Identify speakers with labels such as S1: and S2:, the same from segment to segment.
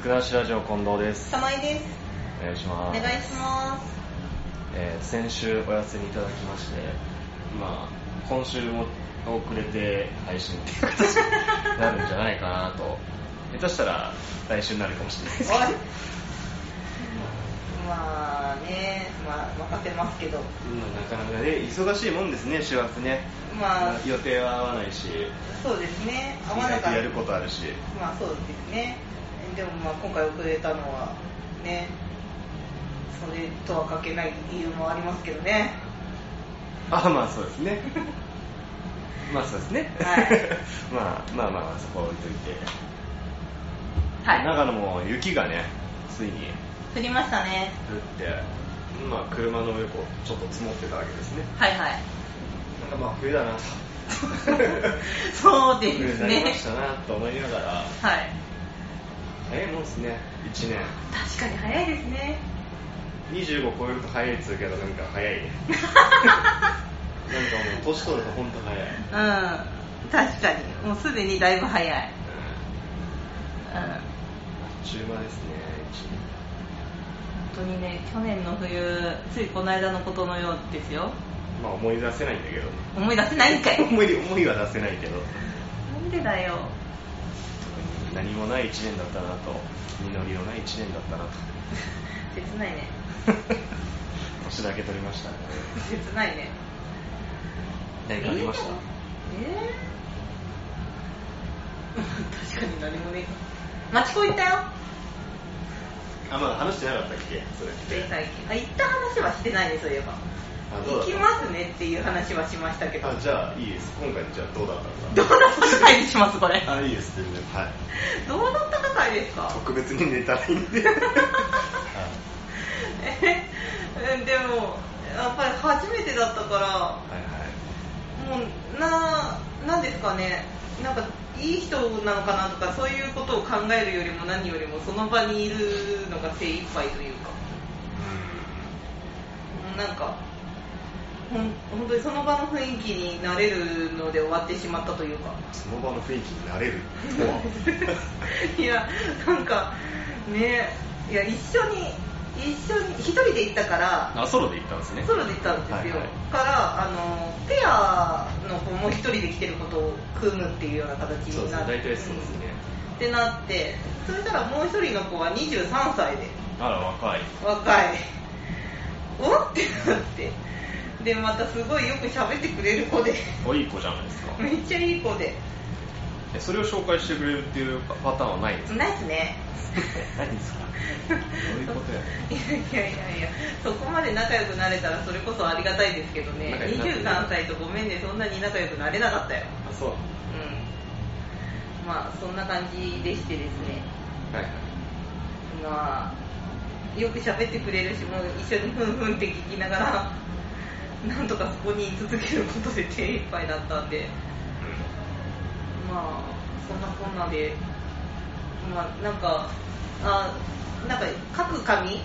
S1: 暮らしラジオ近藤です。
S2: 玉井です。
S1: お願いし
S2: お
S1: ます。
S2: 願いします。
S1: えー先週お休みいただきまして、まあ、今週も遅れて配信っていう形に なるんじゃないかなと。下手したら来週になるかもしれないですけど。
S2: おいまあね、まあ任せますけど、
S1: まあなかなかね、忙しいもんですね、週末ね。
S2: まあ
S1: 予定は合わないし、
S2: そうですね。合わなか
S1: 意外
S2: っ
S1: と
S2: た。
S1: やることあるし。
S2: まあそうですね。でもまあ今回遅れたのはね、それとは関係ない理由もありますけどね。
S1: あ、まあそうです ね。まあそうですね。
S2: はい
S1: まあまあまあまあ、そこは置いといて。
S2: はい。
S1: 長野も雪がねついに
S2: 降りましたね。
S1: 降って、まあ、車の上こうちょっと積もってたわけですね
S2: はいはい。
S1: なんかまあ冬だなと
S2: そうで
S1: 冬に
S2: す
S1: なりま
S2: ね
S1: し。たなと思いながら
S2: はい。
S1: 早いもんですね1年
S2: 確かに早いです ね。
S1: 25超えると早いっつうけどなんか早いねなんかもう年取ると本当早い、うん
S2: うん。確かに。もうすでにだいぶ早い。うん。
S1: あっちゅう間ですね
S2: 本当にね去年の冬ついこの間のことのようです
S1: 1
S2: よ
S1: 年まあ思い出せないんだけど
S2: 思い出せないんかいな
S1: 思い思いは出せないけど
S2: んでだよ
S1: 何もない1年だったなと実りのない1年だった なと
S2: 切ないね
S1: 年だけ取りましたね
S2: 切ないね
S1: 何かありました
S2: えー確かに何もね町子行ったよ
S1: あまだ話してなかったっけそれ
S2: つい
S1: って
S2: 最近あ行った話はしてないねそういえば
S1: あどうだっ
S2: 行
S1: た
S2: きますねっていう話はしましたけど
S1: あじゃあいいです今回じゃあどうだったん
S2: ど
S1: だ
S2: うだったか会にしますこれ
S1: あいいです全然はい
S2: どうだったか会ですか
S1: 特別にネタないんではい
S2: えうんでもやっぱり初めてだったから
S1: はい
S2: もうななんですかねなんかいい人なのかなとかそういうことを考えるよりも何よりもその場にいるのが精一杯というかなんかほん本当にその場の雰囲気に慣れるので終わってしまったというか
S1: その場の雰囲気になれるとは
S2: いやなんかねいや一緒に一緒に一人で行ったから
S1: あソロで行ったんですね
S2: ソロで行ったんですよ、
S1: はいはい
S2: からあのペアの子も一人で来てることを組むっていうような形
S1: そうで
S2: に
S1: すね
S2: なって
S1: 大体そうですね、
S2: うんってなってそれからもう一人の子は23歳で
S1: あら若い
S2: 若い おってなってでまたすごいよく喋ってくれる子で
S1: おいい子じゃないですか
S2: めっちゃいい子で
S1: えそれを紹介してくれるっていうパパターンはないん ですか
S2: ナイスね
S1: 何ですかどういうことや
S2: いやいやいやそこまで仲良くなれたらそれこそありがたいですけどね
S1: 仲良くなってる
S2: 23歳とごめんねそんなに仲良くなれなかったよ
S1: あそう
S2: うんまあそんな感じでしてですね
S1: はいはい
S2: まあよく喋ってくれるしもう一緒にふんふんって聞きながら なんとかそこに居続けることで手一杯だったんでまあそんなこんなでまあなんかあなんか書く紙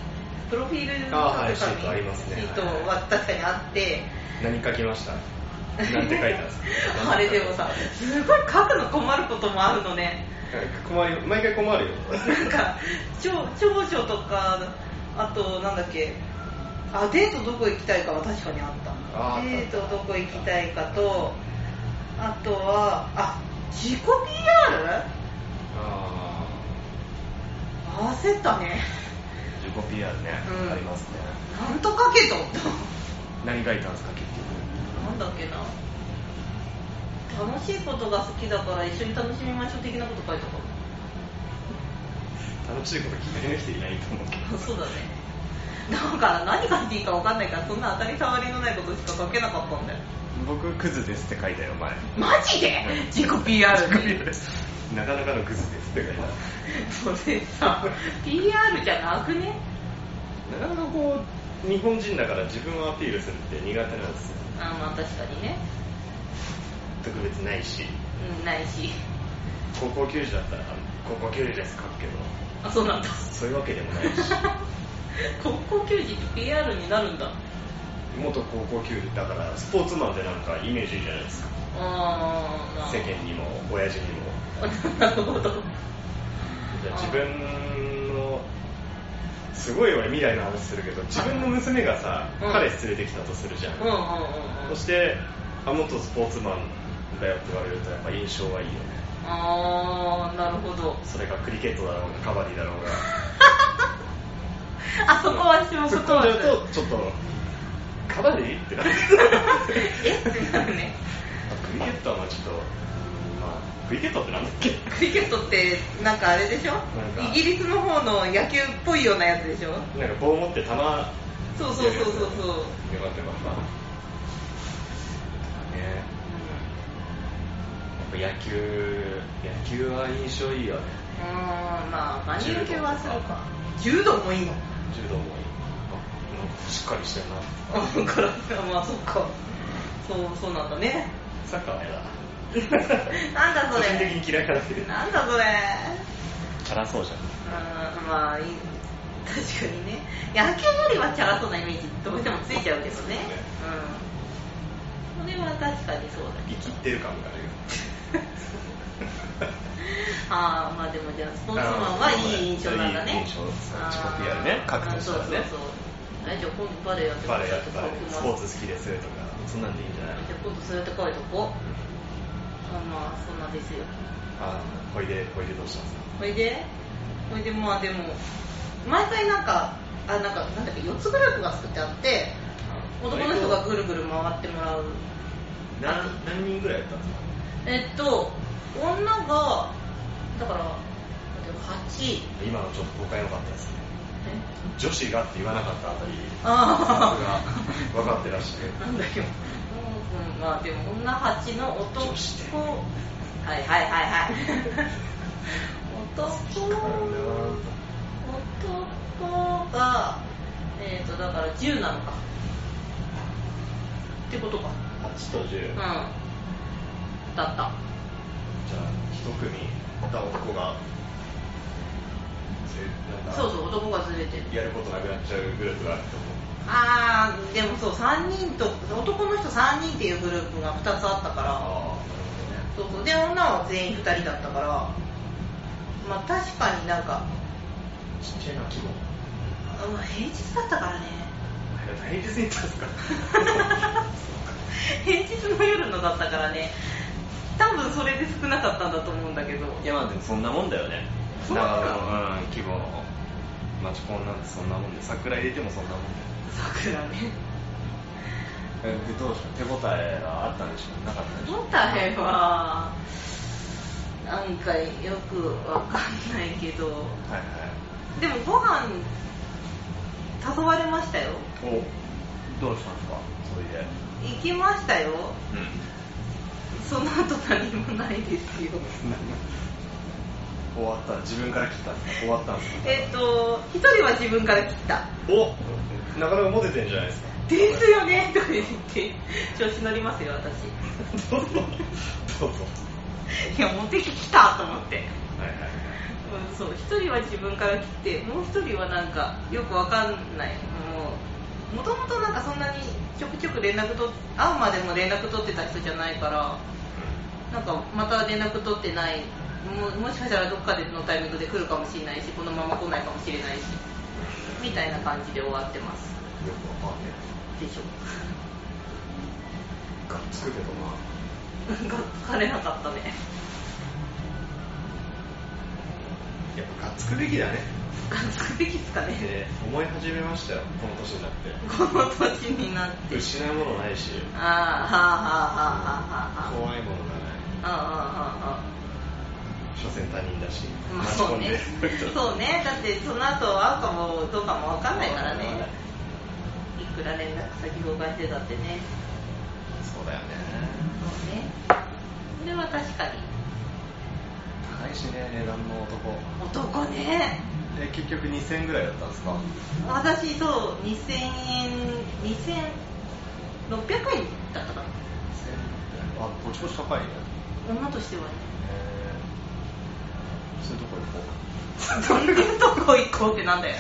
S2: プロフィールの
S1: あはいシ
S2: 書く紙
S1: ートありますね
S2: シートは確かにあって、
S1: 何書きましたなんて書いたんですか
S2: あれでもさすごい書くの困ることもあるのね
S1: 困るよ毎回困るよ
S2: なんか長長女とかあとなんだっけあデートどこ行きたいかは確かにあった
S1: あー
S2: デートどこ行きたいかとあとはあ自己 PR?
S1: あ
S2: 焦ったね
S1: あ自己 PR ね、
S2: うん
S1: ありますね
S2: なんとかけと
S1: 何書いたんですか結
S2: なんだっけな楽しいことが好きだから一緒に楽しみましょう的なこと書いたか
S1: 局
S2: な
S1: 楽しいこと聞いてる人いないと思うけど
S2: そうだねだから何書いていいか分かんないからそんな当たり障りのないことしか書けなかったんだよ
S1: 僕クズですって書いたよ前
S2: マジで自己 PR
S1: 自己 PR ですなかなかのクズですって書いた
S2: それさ PR じゃなくね
S1: なかなかこう日本人だから自分をアピールするって苦手なんですよ
S2: あまあ確かにね、
S1: 特別ないし
S2: うん、ないし
S1: 高校球児だったら高校球児です書くけど
S2: あそう なんだ
S1: そういうわけでもないし
S2: 高校球児って PR になるんだ
S1: 元高校球児だからスポーツマンってなんかイメージいいじゃないですか
S2: あーまあ
S1: 世間にも親父にも
S2: なるほど
S1: じゃあ自分すごい俺未来の話するけど自分の娘がさ、
S2: うん
S1: 彼氏連れてきたとするじゃん、
S2: うんうんうんうん
S1: そしてあ元スポーツマンだよって言われるとやっぱ印象はいいよね
S2: あーなるほど
S1: それがクリケットだろうがカバディだろうが
S2: あそこは私も
S1: 突っ
S2: 断
S1: 込んじ
S2: る
S1: ゃうとちょっとカバディってなる
S2: えってなるね
S1: クリケットはまあちょっと、まあ、クリケットってなんだっけ
S2: クリケットってなんかあれでし
S1: ん
S2: ょ
S1: か
S2: イギリスの方の野球っぽいようなやつでしょ
S1: なんか棒持って球
S2: そうそうそうそうそう、
S1: よかったよかったねやっぱ野球野球は印象いいよね
S2: うーんまあ真に受けはするか柔道もいいの
S1: 柔道もいいあなんかしっかりしてるな
S2: だからまあそっかそうそうなんだ ね
S1: サッカーはやだ
S2: なんだそ
S1: 個人的
S2: れ
S1: に嫌いからけど
S2: なんだそれ
S1: チャラそうじゃん
S2: うーんまあいい確かにね野球よりはチャラそうなイメージどうしてもついちゃうけどねうんそれは確かにそうだけ
S1: 生きっ
S2: ど
S1: てる感があるよ
S2: ああまあでもじゃあスポーツマンはいい印象なんだね
S1: いい印象遅刻やるね
S2: あー
S1: 格闘したらね
S2: あーそうそうそうえじゃあ今度バレエやって
S1: バレ
S2: れ
S1: ーやっぱりスポーツ好きですとかそんなんでいいんじゃない
S2: じゃあ今度そうやって書いとこあまあそんなですよ
S1: あほいでほいでどうしたんですか
S2: ほいでほいでまあでも毎回なんかあなんかなんだっけ4つグループが作ってあって男の人がぐるぐる回ってもらう
S1: 何何人ぐらいやったんですか
S2: えっと女がだからでも8
S1: 今のちょっと誤解良かったですね
S2: え
S1: 女子がって言わなかったあ たり
S2: あ
S1: さすが分かってらっしゃる
S2: あなんだっけもう、うん、まあでも女八の男
S1: 女子って
S2: はいはいはいはい男男がえっ、とだから10なのかってことかう
S1: 8と10、
S2: ん
S1: じゃあ
S2: だった
S1: 1組いた男がそういうなんか
S2: そうそう男がずれてる
S1: やることなくなっちゃうグループがあると思
S2: ああでもそう3人と男の人3人っていうグループが2つあったから
S1: あ
S2: そうそうで女は全員2人だったからまあ確かになんか
S1: あちっちゃいな規模
S2: あの平日だった からね
S1: 平日に行ったんですか
S2: 平日の夜のだったからね多分それで少なかったんだと思うんだけど
S1: いやまあでもそんなもんだよね
S2: そうか
S1: だからうん規模マチコンなんてそんなもんで桜入れてもそんなもんだよ
S2: 桜ね
S1: えでどうした手応えがあったんでしょうなかったんでしょう
S2: モタヘはなんかよくわかんないけど
S1: はい
S2: でもご飯誘われましたよ
S1: はいおどうしたんですかそれで
S2: 行きましたよ
S1: う
S2: その後何もないですよ
S1: ん終わった自分から切ったんですか終わったんですか
S2: えっと一人は自分から切った
S1: おなかなかモテてんじゃないですか
S2: ですよねとか言って調子乗りますよ私
S1: どうぞどうぞ
S2: いやモテ期来たと思って、
S1: はいはいはい
S2: うん、そう一人は自分から切ってもう一人はなんかよくわかんないもうもともとなんかそんなにちょくちょく連絡と会うまでも連絡取ってた人じゃないからなんかまた連絡取ってないももしかしたらどっかでのタイミングで来るかもしれないしこのまま来ないかもしれないしみたいな感じで終わってます
S1: よくわかんね
S2: でしょ
S1: えがっつくけどな
S2: なんか疲れなかったね
S1: やっぱがっつくべきだね
S2: がっつくべきっすかね
S1: で思い始めましたよこの年になっ
S2: この年になって
S1: て失うものないし
S2: あーはあはあはあはあはあ
S1: 怖いものがない
S2: あああああ
S1: 所詮他人だし
S2: あまあそうね
S1: 巻き込んで
S2: そうねだってその後会うかもどうかもわかんないからねいくら連絡先交換してたってね
S1: そうだよね
S2: そうねそれは確かに
S1: 高いしね値段の男
S2: 男ね
S1: え結局2000ぐらいだったんですか
S2: 私そう2000円2600円だったかな
S1: あぼちぼち高いね
S2: 女としてはね
S1: えー、そういうとこ行こ
S2: どんなとこ行こうってなんだよ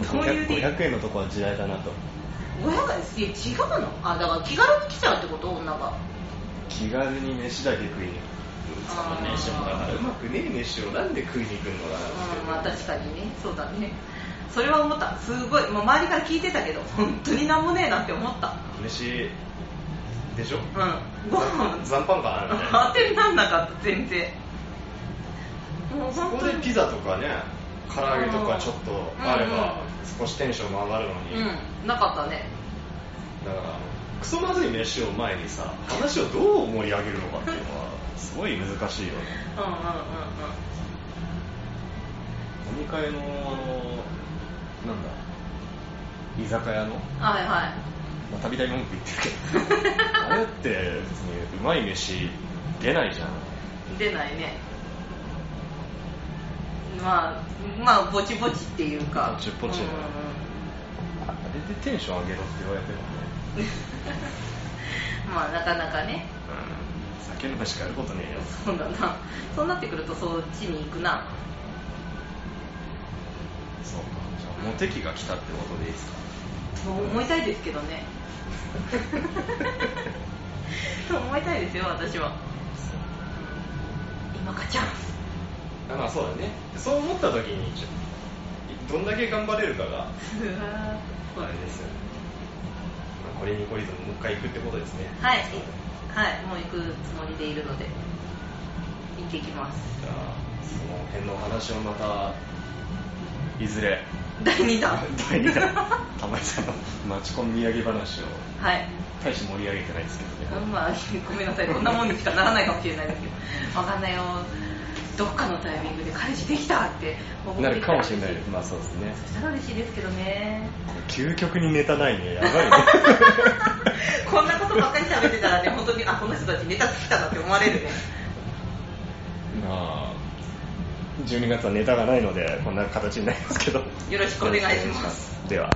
S1: ういや
S2: どういう理由
S1: 500円のとこは時代だなと
S2: 親ですいや違うのあだから気軽に来ちゃうってこと女が
S1: 気軽に飯だけ食いにくんですからね
S2: あー
S1: しょだからうまくねえ飯をなんで食いに来るのかなって
S2: うんまあ確かにねそうだねそれは思ったすごい、まあ、周りから聞いてたけど本当になんもねえなって思った
S1: 飯でしょ
S2: うんご飯
S1: 残飯感あるみたい な
S2: 当てになんなかった全然もう
S1: そ
S2: 本
S1: こ
S2: 当
S1: で
S2: に
S1: ピザとかね唐揚げとかちょっとあれば
S2: うん
S1: 少しテンションも上がるのに、
S2: うんなかったね
S1: だからあのクソまずい飯を前にさ話をどう盛り上げるのかっていうのはすごい難しいよね
S2: うんうんうんうん
S1: 飲み会のあのなんだ居酒屋の、
S2: はい はい
S1: まあ、たびたび文句言 ってるけどあれって別にうまい飯出ないじゃん
S2: 出ないねまあまあぼちぼちっていうか
S1: ぼちぼちだねあれでテンション上げろって言われてもね、
S2: うんうん まあなかなかね
S1: うん、酒飲むしかやることねえよ
S2: そうだなそうなってくるとそっちに行くな
S1: そうかじゃあモテ期が来たってことでいいですか
S2: と思いたいですけどねと思いたいですよ私は今かちゃん
S1: あまあそうだねそう思った時にちょどんだけ頑張れるかが
S2: うわ
S1: あれですよね、まあ、これに懲りずもう一回行くってことですね
S2: はい
S1: じ
S2: はいもう行くつもりでいるので行ってきます
S1: ゃあその辺のお話をまたいずれ
S2: 第2弾
S1: 第2弾玉井さんの 待ち込み土産話を
S2: はい
S1: 大して盛り上げてないですけどね
S2: まあごめんなさいこんなもんにしかならないかもしれないですけどわかんないよどっかのタイミングで彼氏できたって報告
S1: な
S2: で
S1: る
S2: き
S1: か
S2: た
S1: も
S2: ら嬉
S1: し
S2: し
S1: れないですまあそうですね
S2: そしたら嬉しいですけどね
S1: 究極にネタないねやばい ね
S2: こんなことばっかり喋ってたらね、本当に、あ、この人たちネタ尽きたなって思われるね。
S1: まあ12月はネタがないのでこんな形になりますけど
S2: よろしくお願いします。
S1: では